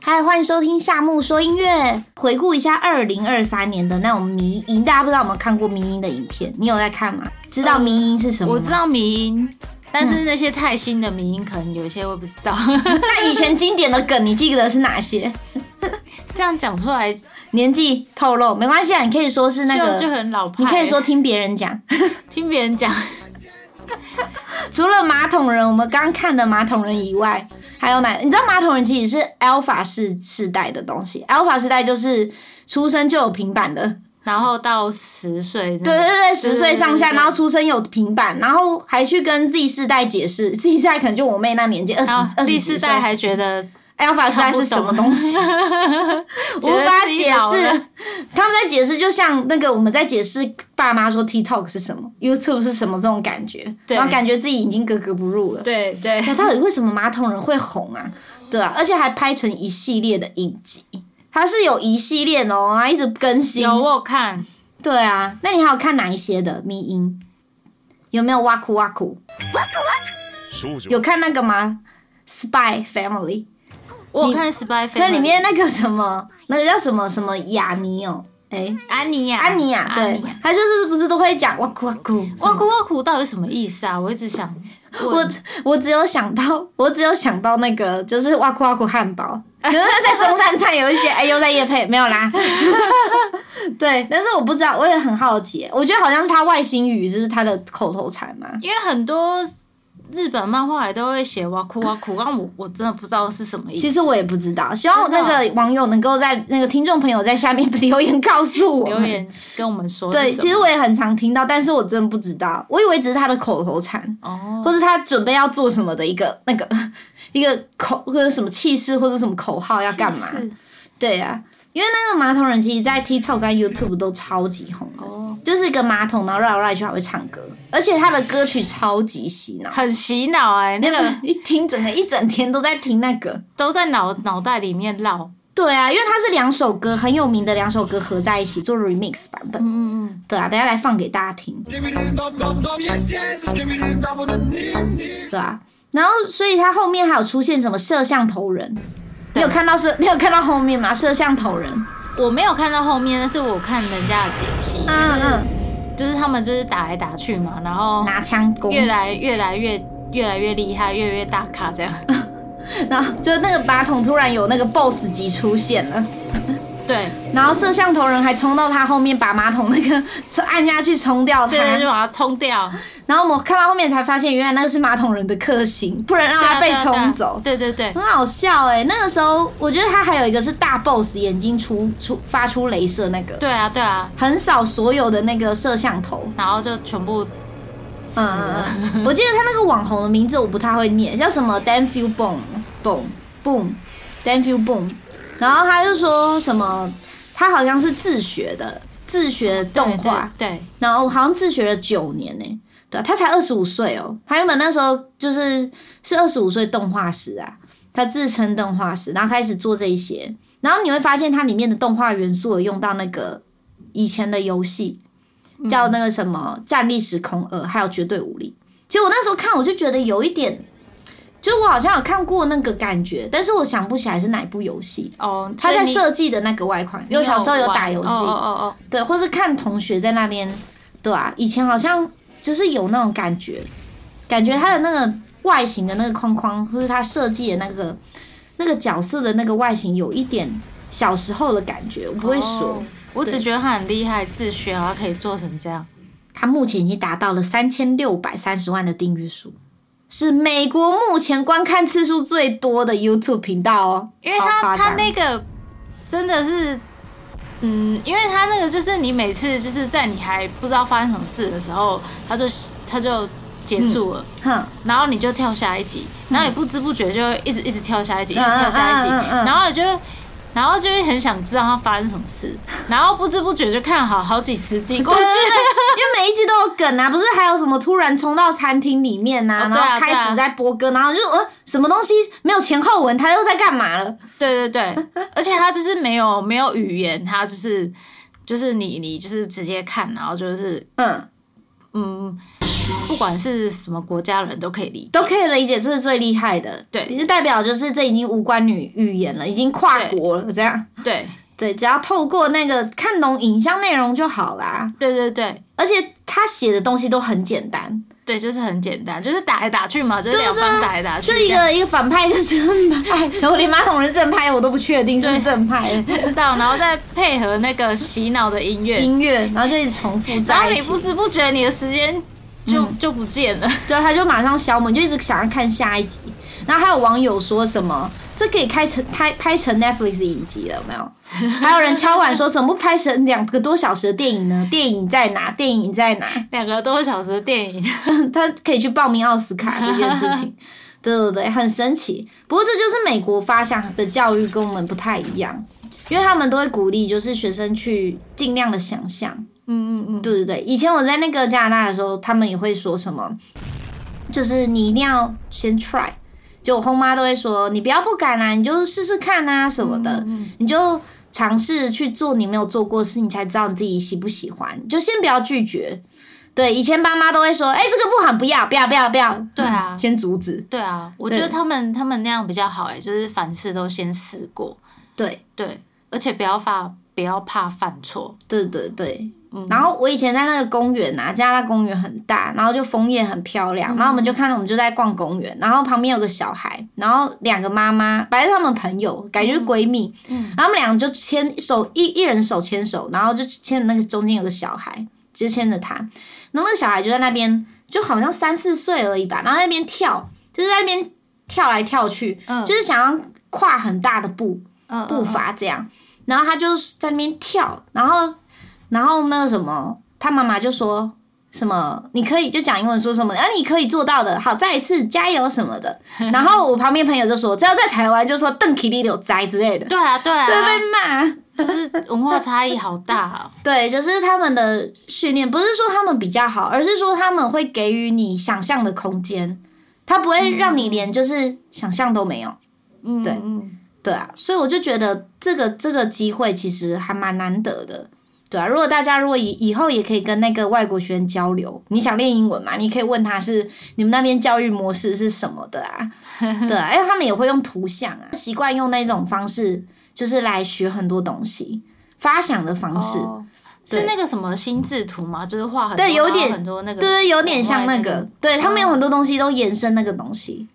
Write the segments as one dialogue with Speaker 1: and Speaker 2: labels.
Speaker 1: 嗨，欢迎收听夏木说音乐。回顾一下二零二三年的那种迷音，大家不知道有没有看过迷音的影片？你有在看吗？知道迷音是什么、嗯
Speaker 2: 我知。道迷音，但是那些太新的迷音，可能有一些我也不知 道。
Speaker 1: 那以前经典的梗，你记得是哪些？
Speaker 2: 这样讲出来就
Speaker 1: 年纪透露没关系啊，你可以说是那个，
Speaker 2: 就很老派。
Speaker 1: 你可以说听别人 讲。
Speaker 2: 听别人讲，
Speaker 1: 除了马桶人，我们刚看的马桶人以外，还有哪？你知道马桶人其实是 Alpha 世世代的东西，Alpha 世代就是出生就有平板的，
Speaker 2: 然后到十岁那，
Speaker 1: 对对对，十岁上下，
Speaker 2: 对对对
Speaker 1: 然后出生有平板，然后还去跟 Z 世代解释，Z 世代可能就我妹那年纪，二十
Speaker 2: 然
Speaker 1: 二
Speaker 2: 后
Speaker 1: 十
Speaker 2: 第
Speaker 1: 几
Speaker 2: 四
Speaker 1: 岁
Speaker 2: 啊代还觉得
Speaker 1: Alpha 世代
Speaker 2: 看不
Speaker 1: 是
Speaker 2: 懂
Speaker 1: 什么东 西，
Speaker 2: 觉
Speaker 1: 无
Speaker 2: 得
Speaker 1: 法
Speaker 2: 自己
Speaker 1: 解
Speaker 2: 老了
Speaker 1: 释。他们在解释，就像那个我们在解释爸妈说 TikTok 是什么，YouTube 是什么这种感觉，
Speaker 2: 对
Speaker 1: 然后感觉自己已经格格不入了。
Speaker 2: 对对
Speaker 1: 那到底为什么马桶人会红啊？对啊，而且还拍成一系列的影集，它是有一系列的哦，然后一直更新。
Speaker 2: 有我有看，
Speaker 1: 对啊，那你还有看哪一些的迷音？有没有哇酷哇酷？有看那个吗？Spy Family，
Speaker 2: 我有看 Spy Family，
Speaker 1: 那里面那个什么，那个叫什么什么雅尼哦，哎、
Speaker 2: 安妮亚，
Speaker 1: 安妮亚，
Speaker 2: 安
Speaker 1: 对
Speaker 2: 妮亚，啊
Speaker 1: 他就是不是都会讲哇酷哇酷
Speaker 2: 哇
Speaker 1: 哇
Speaker 2: 酷
Speaker 1: 酷。
Speaker 2: 哇酷到底什么意思啊？我一直想问，
Speaker 1: 我我只有想到，我只有想到那个就是哇酷哇酷汉 堡，可是他在中山站有一间，哎、又在夜配，没有啦。 对，但是我不知道，我也很好奇，我觉得好像是他外星语，就是他的口头禅嘛。
Speaker 2: 因为很多日本漫画也都会写哇酷哇酷，但我我真的不知道是什么意思。
Speaker 1: 其实我也不知道，希望
Speaker 2: 真的
Speaker 1: 那
Speaker 2: 哦
Speaker 1: 个网友能够在那个听众朋友在下面留言告诉我们
Speaker 2: 留。言跟我们说是
Speaker 1: 对，
Speaker 2: 什么
Speaker 1: 其实我也很常听到，但是我真的不知道，我以为只是他的口头禅，
Speaker 2: 哦，
Speaker 1: 或是他准备要做什么的一个那个 一个口或者什么气势或者什么口号要干嘛？
Speaker 2: 是
Speaker 1: 对啊，因为那个马桶人其实在 TikTok 跟 YouTube 都超级红的，
Speaker 2: 哦，
Speaker 1: 就是一个马桶，然后绕来绕去还会唱歌，而且他的歌曲超级洗脑，
Speaker 2: 很洗脑哎、那
Speaker 1: 那
Speaker 2: 个
Speaker 1: 个一听整个一整天都在听那个。
Speaker 2: 都在脑脑袋里面绕。
Speaker 1: 对啊，因为它是两首歌很有名的两首歌合在一起做 remix 版本。
Speaker 2: 嗯嗯，
Speaker 1: 对啊，等一下来放给大家听。对啊，然后所以它后面还有出现什么摄像头人，你
Speaker 2: 对
Speaker 1: 有看到是？你有看到后面吗？摄像头人，
Speaker 2: 我没有看到后面，但是我看人家的解析，
Speaker 1: 嗯
Speaker 2: 就是他们就是打来打去嘛，然
Speaker 1: 嗯，
Speaker 2: 后
Speaker 1: 拿枪攻击
Speaker 2: 越，来越来越越来越厉害，越来越大咖这样。
Speaker 1: 然后就那个马桶突然有那个 BOSS 级出现了，
Speaker 2: 对
Speaker 1: 然后摄像头人还冲到他后面，把马桶那个按下去冲掉他。
Speaker 2: 对对，就把它冲掉，
Speaker 1: 然后我们看到后面才发现，原来那个是马桶人的克星，不然让 他被
Speaker 2: 对啊对啊
Speaker 1: 冲走。
Speaker 2: 对对对，
Speaker 1: 很好笑哎、那个时候我觉得他还有一个是大 boss 眼睛出出发出镭射那个，
Speaker 2: 对啊对啊，
Speaker 1: 横扫所有的那个摄像头。
Speaker 2: 然后就全部死了。
Speaker 1: 嗯，嗯我记得他那个网红的名字我不太会念，叫什么 Danfield Boom Boom Boom Danfield Boom，然后他就说什么他好像是自学的，自学动画，
Speaker 2: 对对
Speaker 1: 然后我好像自学了九年呢、对啊、他才二十五岁哦，他原本那时候就是是二十五岁动画师啊，他自称动画师，然后开始做这一些，然后你会发现它里面的动画元素有用到那个以前的游戏，
Speaker 2: 嗯
Speaker 1: 叫那个什么《战力时空二》，还有《绝对武力》。其实我那时候看，我就觉得有一点，就我好像有看过那个感觉，但是我想不起来是哪一部游戏。
Speaker 2: 哦，
Speaker 1: 他
Speaker 2: 所以
Speaker 1: 在
Speaker 2: 你
Speaker 1: 设计的那个外款，
Speaker 2: 你
Speaker 1: 因为我小时候有打游戏，
Speaker 2: 玩哦哦哦哦，
Speaker 1: 对，或是看同学在那边，对啊，以前好像就是有那种感觉，感觉他的那个外形的那个框框，或是他设计的那个那个角色的那个外形，有一点小时候的感觉。我不会说，
Speaker 2: 哦我只觉得他很厉害，自学然后可以做成这样。
Speaker 1: 他目前已经达到了三千六百三十万的订阅数，是美国目前观看次数最多的 YouTube 频道哦，
Speaker 2: 因为
Speaker 1: 超夸
Speaker 2: 他他
Speaker 1: 张
Speaker 2: 那个真的是，嗯，因为他那个就是你每次就是在你还不知道发生什么事的时候，他就他就结束了，
Speaker 1: 哼。
Speaker 2: 然后你就跳下一集，然后你不知不觉就一直一直跳下一集，一直
Speaker 1: 嗯嗯
Speaker 2: 跳下一集，
Speaker 1: 嗯嗯嗯嗯
Speaker 2: 然后你就。然后就会很想知道他发生什么事，然后不知不觉就看好好几十集过去
Speaker 1: 对， 因为每一集都有梗啊，不是还有什么突然冲到餐厅里面呐、
Speaker 2: 哦
Speaker 1: 然
Speaker 2: 对啊
Speaker 1: 后开始在播歌，然后就呃什么东西没有前后文，他又在干嘛了？
Speaker 2: 对对对， 而且他就是没有没有语言，他就是就是你你就是直接看，然后就是
Speaker 1: 嗯，
Speaker 2: 嗯，不管是什么国家的人都可以理解。
Speaker 1: 都可以理解，这是最厉害的。
Speaker 2: 对
Speaker 1: 也就代表就是这已经无关于语言了，已经跨国了，这样。
Speaker 2: 对
Speaker 1: 对，只要透过那个看懂影像内容就好啦。
Speaker 2: 对对对
Speaker 1: 而且他写的东西都很简单，
Speaker 2: 对，就是很简单，就是打来打去嘛，就是
Speaker 1: 对啊
Speaker 2: 两方打来打去
Speaker 1: 就
Speaker 2: 这
Speaker 1: 一
Speaker 2: 样。
Speaker 1: 个一个反派，一个正派。 我连马桶人正派我都不确定是不是正派
Speaker 2: 哎不知道，然后再配合那个洗脑的音乐，
Speaker 1: 音乐，然后就一直重复
Speaker 2: 然
Speaker 1: 在
Speaker 2: 后
Speaker 1: 一
Speaker 2: 你
Speaker 1: 起。嗯
Speaker 2: 不知不觉你的时间就、就不见了。
Speaker 1: 对，他就马上消磨，你就一直想要看下一集。然后还有网友说什么，这可以开成拍拍成 Netflix 影集了，有没有？还有人敲碗说，怎么不拍成两个多小时的电影呢？电影在哪？电影在哪？
Speaker 2: 两个多小时的电影，
Speaker 1: 他可以去报名奥斯卡这件事情，对对对，很神奇。不过这就是美国发向的教育跟我们不太一样，因为他们都会鼓励就是学生去尽量的想象。
Speaker 2: 嗯嗯嗯，
Speaker 1: 对对对，以前我在那个加拿大的时候，他们也会说什么，就是你一定要先 try。就我后妈都会说，你不要不敢啦、你就试试看啊什么的，
Speaker 2: 嗯
Speaker 1: 你就尝试去做你没有做过的事，你才知道你自己喜不喜欢。就先不要拒绝。对，以前爸妈都会说，哎、这个不好，不要，不要，不要，不要。
Speaker 2: 对啊
Speaker 1: 先阻止。
Speaker 2: 对啊，我觉得他们他们那样比较好哎、就是凡事都先试过，
Speaker 1: 对，
Speaker 2: 对，而且不要怕不要怕犯错，
Speaker 1: 对对对。然后我以前在那个公园啊，加拿大公园很大，然后就枫叶很漂亮，然后我们就看到我们就在逛公园，然后旁边有个小孩，然后两个妈妈，反正他们朋友，感觉是闺蜜，然后他们俩就牵手一一人手牵手，然后就牵着那个中间有个小孩，就牵着他，然后那个小孩就在那边，就好像三四岁而已吧，然后在那边跳，就是在那边跳来跳去，
Speaker 2: 嗯
Speaker 1: 就是想要跨很大的步，
Speaker 2: 嗯
Speaker 1: 步伐这样，然后他就在那边跳，然后然后那个什么，他妈妈就说什么你可以就讲英文说什么，啊你可以做到的，好再一次加油什么 的。然后我旁边朋友就说，只要在台湾就说邓肯利有灾之类的，
Speaker 2: 对啊对啊，
Speaker 1: 就会被骂。
Speaker 2: 就是文化差异好 大、哦，
Speaker 1: 对，就是他们的训练，不是说他们比较好，而是说他们会给予你想象的空间，他不会让你连就是想象都没有。
Speaker 2: 嗯
Speaker 1: 对
Speaker 2: 嗯
Speaker 1: 对啊，所以我就觉得这个这个机会其实还蛮难得的，对啊。如果大家如果以以后也可以跟那个外国学生交流，你想练英文嘛，你可以问他是你们那边教育模式是什么的 啊，对啊，因为他们也会用图像啊，习惯用那种方式就是来学很多东西，发想的方式，
Speaker 2: 哦是那个什么心智图嘛，就是画很多
Speaker 1: 对有点
Speaker 2: 然后很多那个，
Speaker 1: 对，有点像那
Speaker 2: 国外
Speaker 1: 个，对他们有很多东西都延伸那个东西，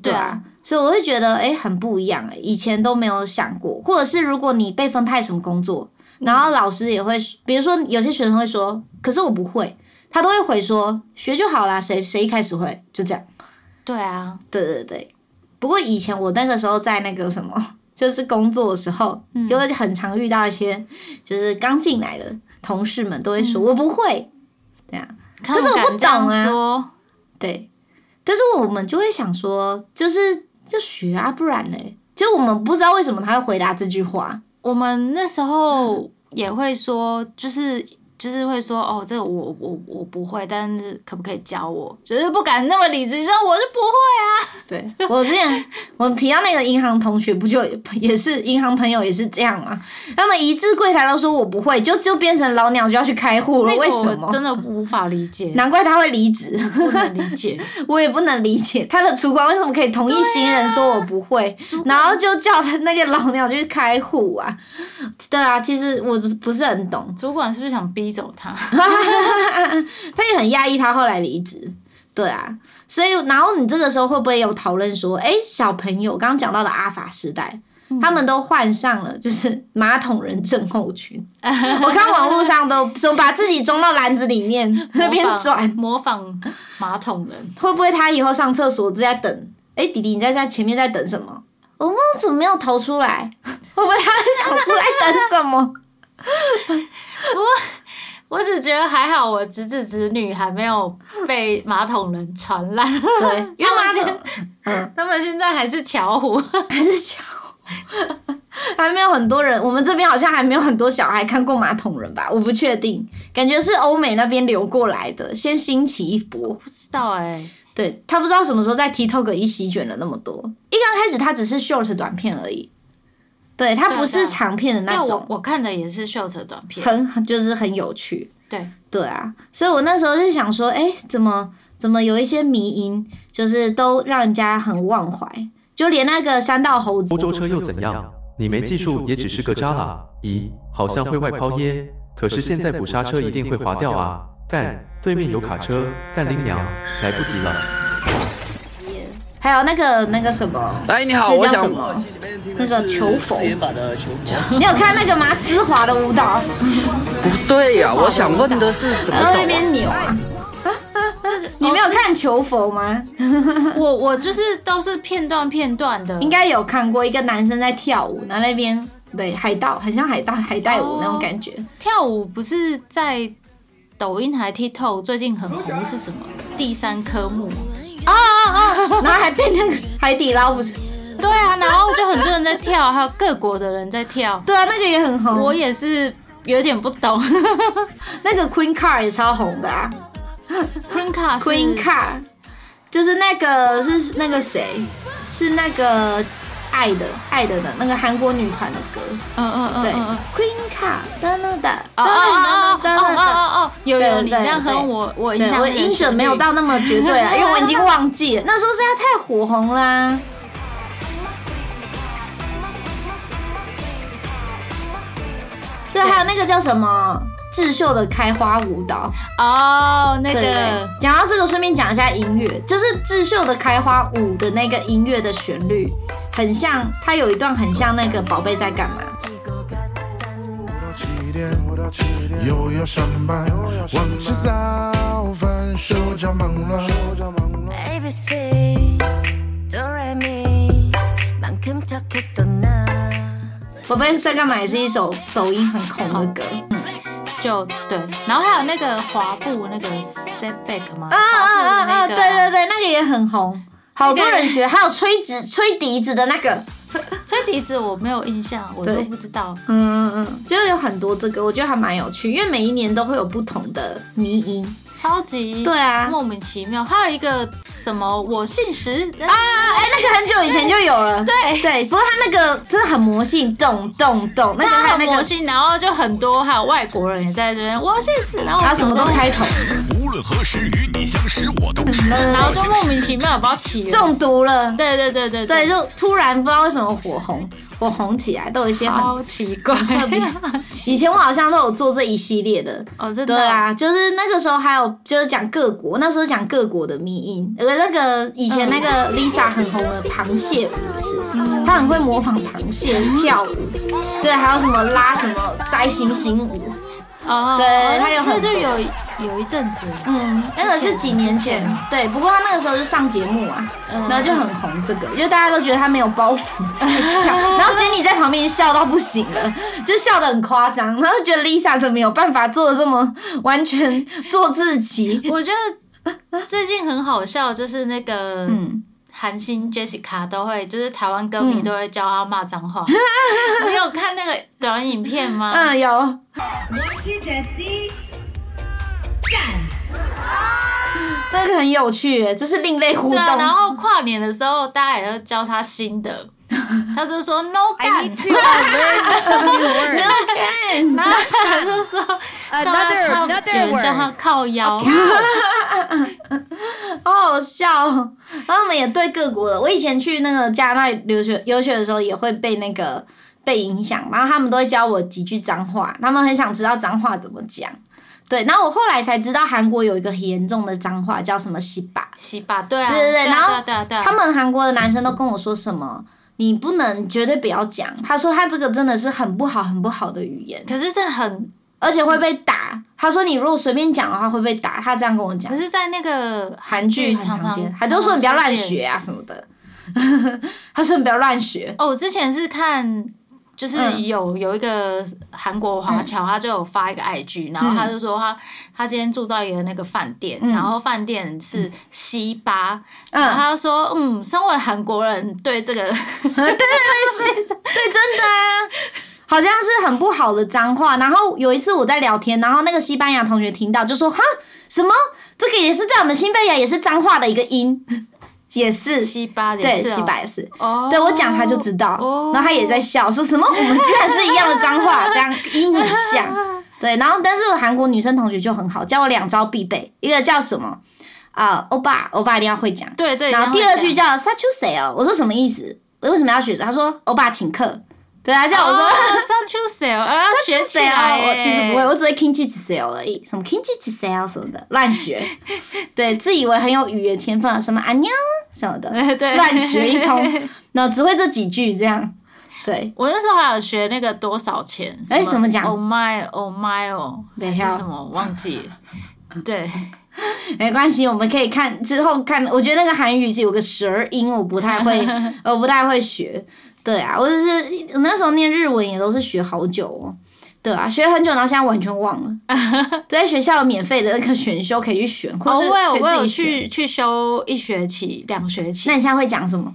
Speaker 1: 对
Speaker 2: 对
Speaker 1: 啊
Speaker 2: 啊，
Speaker 1: 所以我会觉得哎、诶很不一样、诶以前都没有想过，或者是如果你被分派什么工作，然
Speaker 2: 嗯
Speaker 1: 后老师也会，比如说有些学生会说，可是我不会，他都会回说学就好啦，谁谁一开始会就这样，
Speaker 2: 对啊，
Speaker 1: 对对对。不过以前我那个时候在那个什么，就是工作的时候，
Speaker 2: 嗯
Speaker 1: 就会很常遇到一些就是刚进来的同事们都会
Speaker 2: 嗯
Speaker 1: 说、我不会，对啊，
Speaker 2: 可
Speaker 1: 是我不懂啊
Speaker 2: 说
Speaker 1: 对，但是我们就会想说，就是就学啊，不然嘞，就我们不知道为什么他会回答这句话。
Speaker 2: 我们那时候也会说，就是就是会说，哦，这个我我我不会，但是可不可以教我？就是不敢那么理直气壮，我就不会啊。
Speaker 1: 对 我之前我提到那个银行同学，不就也是银行朋友也是这样吗？他们一致柜台都说我不会，就就变成老鸟就要去开户了，
Speaker 2: 那
Speaker 1: 为
Speaker 2: 个
Speaker 1: 什
Speaker 2: 我
Speaker 1: 么？
Speaker 2: 真的无法理解，
Speaker 1: 难怪他会离职，
Speaker 2: 不能理解。
Speaker 1: 我也不能理解他的主管为什么可以同意新人说
Speaker 2: 啊
Speaker 1: 我不会，然后就叫他那个老鸟去开户啊。对啊，其实我不是不是很懂，
Speaker 2: 主管是不是想逼走 他？
Speaker 1: 他也很压抑，他后来离职。对啊，所以然后你这个时候会不会有讨论说，哎、小朋友刚刚讲到的阿法时代，他们都换上了就是马桶人症候 群。我看网络上 都说把自己装到篮子里面那边
Speaker 2: 模仿
Speaker 1: 转，
Speaker 2: 模仿马桶人，
Speaker 1: 会不会他以后上厕所就在等？哎、弟弟你在在前面在等什么？我们怎么没有投出来？ 会不会他想出来等什么？
Speaker 2: 我只觉得还好，我侄子侄女还没有被马桶人传染。
Speaker 1: 对，因为马
Speaker 2: 他们
Speaker 1: 桶，嗯。
Speaker 2: 他们现在还是巧虎，
Speaker 1: 还是小， 还没有很多人。我们这边好像还没有很多小孩看过马桶人吧？我不确定，感觉是欧美那边流过来的，先兴起一波。
Speaker 2: 不知道哎、
Speaker 1: 对他不知道什么时候在 TikTok 一席卷了那么多。一刚开始他只是 short 短片而已，对他
Speaker 2: 对啊
Speaker 1: 不
Speaker 2: 对
Speaker 1: 是
Speaker 2: 啊
Speaker 1: 长片的
Speaker 2: 但
Speaker 1: 那
Speaker 2: 我
Speaker 1: 种，
Speaker 2: 我看的也是秀扯短片，
Speaker 1: 很就是很有趣。
Speaker 2: 对
Speaker 1: 对啊，所以我那时候就想说，哎、怎么怎么有一些迷因，就是都让人家很忘怀，就连那个山道猴子
Speaker 3: 欧，洲车又怎样？你没技术也只是个渣啦。咦，好像会外抛耶，可是现在补刹车一定会滑掉啊！干，对面有卡车，干林娘，来不及了。
Speaker 1: 还有那个那个什么，
Speaker 4: 哎，你好，
Speaker 1: 那
Speaker 4: 我
Speaker 1: 叫什
Speaker 4: 想
Speaker 1: 么？那个求佛
Speaker 5: 四，连版的球佛，
Speaker 1: 你有看那个吗？丝滑的舞蹈，
Speaker 4: 不对呀、我想问的是怎么
Speaker 1: 然后
Speaker 4: 走、
Speaker 1: 那边扭 啊。你
Speaker 4: 哦
Speaker 1: 没有看求佛吗？
Speaker 2: 我我就是都是片段片段的，
Speaker 1: 应该有看过一个男生在跳舞，然后那边对海盗，很像海盗海带舞那种感觉。
Speaker 2: 跳舞不是在抖音还 TikTok 最近很红是什么？第三科目。
Speaker 4: 哦
Speaker 1: 然后还被那个海底捞不是？
Speaker 2: 对啊，然后就很多人在 跳，还有各国的人在跳。
Speaker 1: 对啊，那个也很红。
Speaker 2: 我也是有点不懂
Speaker 1: 那个 Queen Car 也超红的啊
Speaker 2: ，Queen Car 是
Speaker 1: ，Queen Car 就是那个是那个谁，是那个爱的爱的的那个韩国女团的歌，
Speaker 2: 嗯嗯嗯
Speaker 1: 对、
Speaker 2: 嗯嗯。
Speaker 1: q u e e n Car 哒哒哒
Speaker 2: 哦哦哦哦
Speaker 1: 哒
Speaker 2: 哦
Speaker 1: 哒哒。
Speaker 2: 哦哦！有有，
Speaker 1: 对
Speaker 2: 你
Speaker 1: 对
Speaker 2: 这样
Speaker 1: 对
Speaker 2: 哼我，我影
Speaker 1: 对，
Speaker 2: 响
Speaker 1: 我音准没有到那么绝对 啊，因为我已经忘记了，那时候实在太火红啦、对，还有那个叫什么智秀的开花舞蹈，
Speaker 2: 哦，那
Speaker 1: 对
Speaker 2: 个
Speaker 1: 对讲到这个，顺便讲一下音乐，就是智秀的《开花舞》的那个音乐的旋律，很像，它有一段很像那个《宝贝在干嘛》。
Speaker 6: 起点，又要上班，晚吃早饭，手脚忙乱。
Speaker 7: ABC 도레미 만큼 착했던 나
Speaker 1: 《宝贝在干嘛》也是一首抖音很红的歌。
Speaker 2: 就对，然后还有那个滑步那个 step back 吗？
Speaker 1: 啊啊啊啊！
Speaker 2: 滑步
Speaker 1: 对
Speaker 2: 的那个
Speaker 1: 对对，那个也很红，好多人学，还有吹笛吹笛子的那个，
Speaker 2: 吹笛子我没有印象，我都
Speaker 1: 对
Speaker 2: 不知道。
Speaker 1: 嗯嗯嗯，就是有很多这个，我觉得还蛮有趣，因为每一年都会有不同的迷音。
Speaker 2: 超级
Speaker 1: 对啊
Speaker 2: 莫名其妙。还有一个什么，我姓石啊，
Speaker 1: 哎、那个很久以前就有了，
Speaker 2: 对
Speaker 1: 对，不过他那个真的很魔性，咚咚咚，那个还
Speaker 2: 他
Speaker 1: 有
Speaker 2: 很
Speaker 1: 那
Speaker 2: 魔
Speaker 1: 个
Speaker 2: 性，然后就很多，还有外国人也在这边，我姓石，然后我
Speaker 1: 他什么都开头，
Speaker 8: 无论何时与你相识，我都是。
Speaker 2: 然后就莫名其妙不知道起源。
Speaker 1: 中毒了。
Speaker 2: 对对对对
Speaker 1: 对，，就突然不知道为什么火红，火红起来，都有一些很
Speaker 2: 超奇怪，
Speaker 1: 特别。以前我好像都有做这一系列的，
Speaker 2: 哦，真的
Speaker 1: 对，啊，就是那个时候还有就是讲各国，那时候讲各国的迷音，呃，那个以前那个 Lisa 很红的螃蟹舞也是，她很会模仿螃蟹跳舞，对，还有什么拉什么摘星星舞，
Speaker 2: 哦，
Speaker 1: 对
Speaker 2: 哦
Speaker 1: 他有
Speaker 2: 那
Speaker 1: 很
Speaker 2: 就
Speaker 1: 多
Speaker 2: 有有一阵子，
Speaker 1: 嗯，那个是几年前，对，不过她那个时候就上节目啊，
Speaker 2: 嗯
Speaker 1: 然后就很红这个，因为大家都觉得她没有包袱在 跳，然后 Jenny 在旁边笑到不行了，就笑得很夸张，然后觉得 Lisa 怎么有办法做的这么完全做自己，
Speaker 2: 我觉得最近很好笑，就是那个
Speaker 1: 嗯。
Speaker 2: 韩星 Jessica 都会，就是台湾歌迷都会教她骂脏 话。你有看那个短影片吗？
Speaker 1: 嗯，有。那个很有趣耶，这是另类互
Speaker 2: 对
Speaker 1: 动。
Speaker 2: 啊，然后跨年的时候，大家也要教他新的，他就说 no
Speaker 4: I
Speaker 2: gun，
Speaker 4: need to learn some new words.
Speaker 2: 然后他就说呃叫他
Speaker 4: Another-
Speaker 2: 靠，
Speaker 4: another
Speaker 2: 有人叫哦他
Speaker 4: word
Speaker 2: 靠腰，
Speaker 1: 好好笑哦。然后我们也对各国的，我以前去那个加拿大留学游学的时候，也会被那个被影响，然后他们都会教我几句脏话，他们很想知道脏话怎么讲。对，然后我后来才知道韩国有一个很严重的脏话叫什么“西巴”，
Speaker 2: 洗吧，对啊，
Speaker 1: 对对对
Speaker 2: 对啊
Speaker 1: 然后
Speaker 2: 对啊对啊对啊，
Speaker 1: 他们韩国的男生都跟我说什么，你不能绝对不要讲。他说他这个真的是很不好很不好的语言，
Speaker 2: 可是这很，
Speaker 1: 而且会被打。他说你如果随便讲的话会被打，他这样跟我讲
Speaker 2: 可。是在那个
Speaker 1: 韩剧嗯很
Speaker 2: 常
Speaker 1: 常
Speaker 2: 常
Speaker 1: 见，
Speaker 2: 常
Speaker 1: 他都说你不要乱
Speaker 2: 出现
Speaker 1: 学啊什么的。 他说你不要乱学，
Speaker 2: 哦，我之前是看，就是
Speaker 1: 嗯
Speaker 2: 有、有一个韩国华侨，他就有发一个 IG，然后他就说他、他今天住到一个那个饭店，
Speaker 1: 嗯
Speaker 2: 然后饭店是西巴，然后
Speaker 1: 嗯，
Speaker 2: 他就说，嗯，身为韩国人对这个
Speaker 1: 对，真的啊、好像是很不好的脏话。然后有一次我在聊天，然后那个西班牙同学听到就说：“哈，什么？这个也是在我们西班牙也是脏话的一个音， 也是
Speaker 2: 西巴
Speaker 1: 对
Speaker 2: 也是、哦，
Speaker 1: 西班牙也是。”
Speaker 2: 哦，
Speaker 1: 对我讲他就知道，
Speaker 2: 哦
Speaker 1: 然后他也在笑，说什么我们居然是一样的脏话，这样音很像。对，然后但是我韩国女生同学就很好，教我两招必备，一个叫什么啊、欧巴，欧巴一定要会讲。
Speaker 2: 对，这一定
Speaker 1: 然后第
Speaker 2: 会
Speaker 1: 二
Speaker 2: 讲
Speaker 1: 句叫 “sa chu s 哦，我说什么意思？我为什么要学？他说欧巴请客。对啊，叫我说
Speaker 2: 哦上去谁哦， 啊，哎学起
Speaker 1: 谁啊？
Speaker 2: 来耶，
Speaker 1: 我其实不会，我只会 kinchi s 而已，什么 kinchi s 啊什么的，乱 学。对，自以为很有语言天分，什么啊妞什么的，
Speaker 2: 对 对
Speaker 1: 乱学一 通，那只会这几句这样。对，
Speaker 2: 我那时候还有学那个多少钱？
Speaker 1: 哎怎么讲
Speaker 2: ？Oh my, oh my, oh，
Speaker 1: 没
Speaker 2: 还是
Speaker 1: 有
Speaker 2: 什么忘 记了？对，
Speaker 1: 没关系，我们可以看之后看。我觉得那个韩语是有个舌音，我不太 会，我不太会学。对啊，我只是我那时候念日文也都是学好久哦。对啊，学了很久，然后现在完全忘了。 在学校有免费的那个选修可以去选，或
Speaker 2: 哦，我
Speaker 1: 是
Speaker 2: 有我
Speaker 1: 可以
Speaker 2: 有
Speaker 1: 自己选。
Speaker 2: 去去修一学期、两学期
Speaker 1: 那，你现在会讲什么？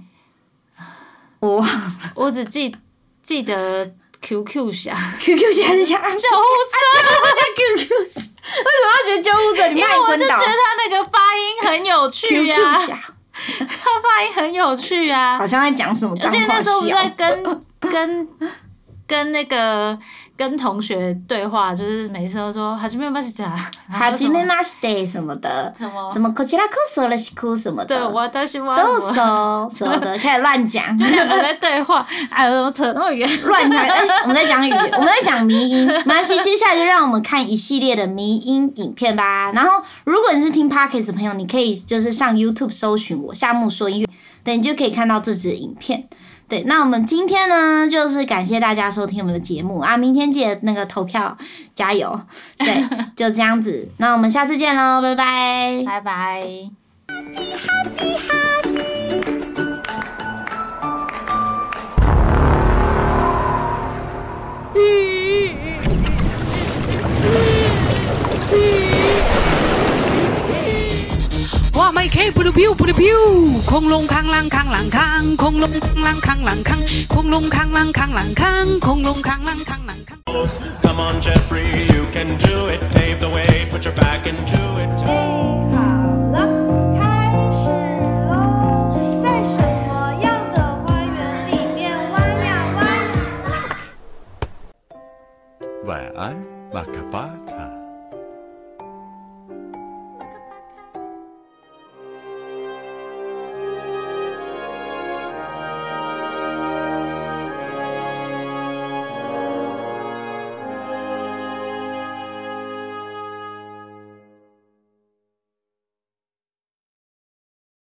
Speaker 1: 我忘了
Speaker 2: 我只记记得 QQ 侠，
Speaker 1: QQ 现在 是
Speaker 2: 啊
Speaker 1: 想救护车，QQ 为什么要学救护车？你
Speaker 2: 因
Speaker 1: 卖
Speaker 2: 为我
Speaker 1: 昏
Speaker 2: 就觉
Speaker 1: 倒
Speaker 2: 得。他那个发音很有趣
Speaker 1: QQ
Speaker 2: 啊，
Speaker 1: 侠
Speaker 2: 他发音很有趣啊
Speaker 1: 好，像在讲什么
Speaker 2: 而
Speaker 1: 脏话
Speaker 2: 且那时候我们
Speaker 1: 笑
Speaker 2: 在跟 跟跟那个跟同学对话，就是每次都说哈基米巴西加，
Speaker 1: はじめ
Speaker 2: 巴
Speaker 1: まして什么的，
Speaker 2: 什么
Speaker 1: 什么こちらこそよろしく什么的，
Speaker 2: 对，我但是我
Speaker 1: 都手什么的，开始乱讲， 就
Speaker 2: 两个在对话，哎，怎么扯那么远？
Speaker 1: 乱讲。哎、我们在讲语言，我们在讲迷音。没关系，接下来就让我们看一系列的迷音影片吧。然后，如果你是听 Pockets 的朋友，你可以就是上 YouTube 搜寻我夏木说音乐，对，你就可以看到这支影片。对，那我们今天呢，就是感谢大家收听我们的节目啊！明天记得那个投票，加油！对，就这样子，那我们下次见喽，拜拜。
Speaker 2: 拜拜。
Speaker 5: ว่าไม่เคปูดบิวปูดบิวคงลงข้างล่างข้างหลังข้างคงลงข้างล่างข้างหลังข้างคงลงข้างล่างข้างหลังข้างคงลงข้างล่างข้างหลังข้าง
Speaker 9: Come on, Jeffrey, you can do it. Pave the way, put your back into it.
Speaker 10: 备好了，开始喽！在什么样的花园里面弯呀弯？
Speaker 8: 晚安，马卡巴卡。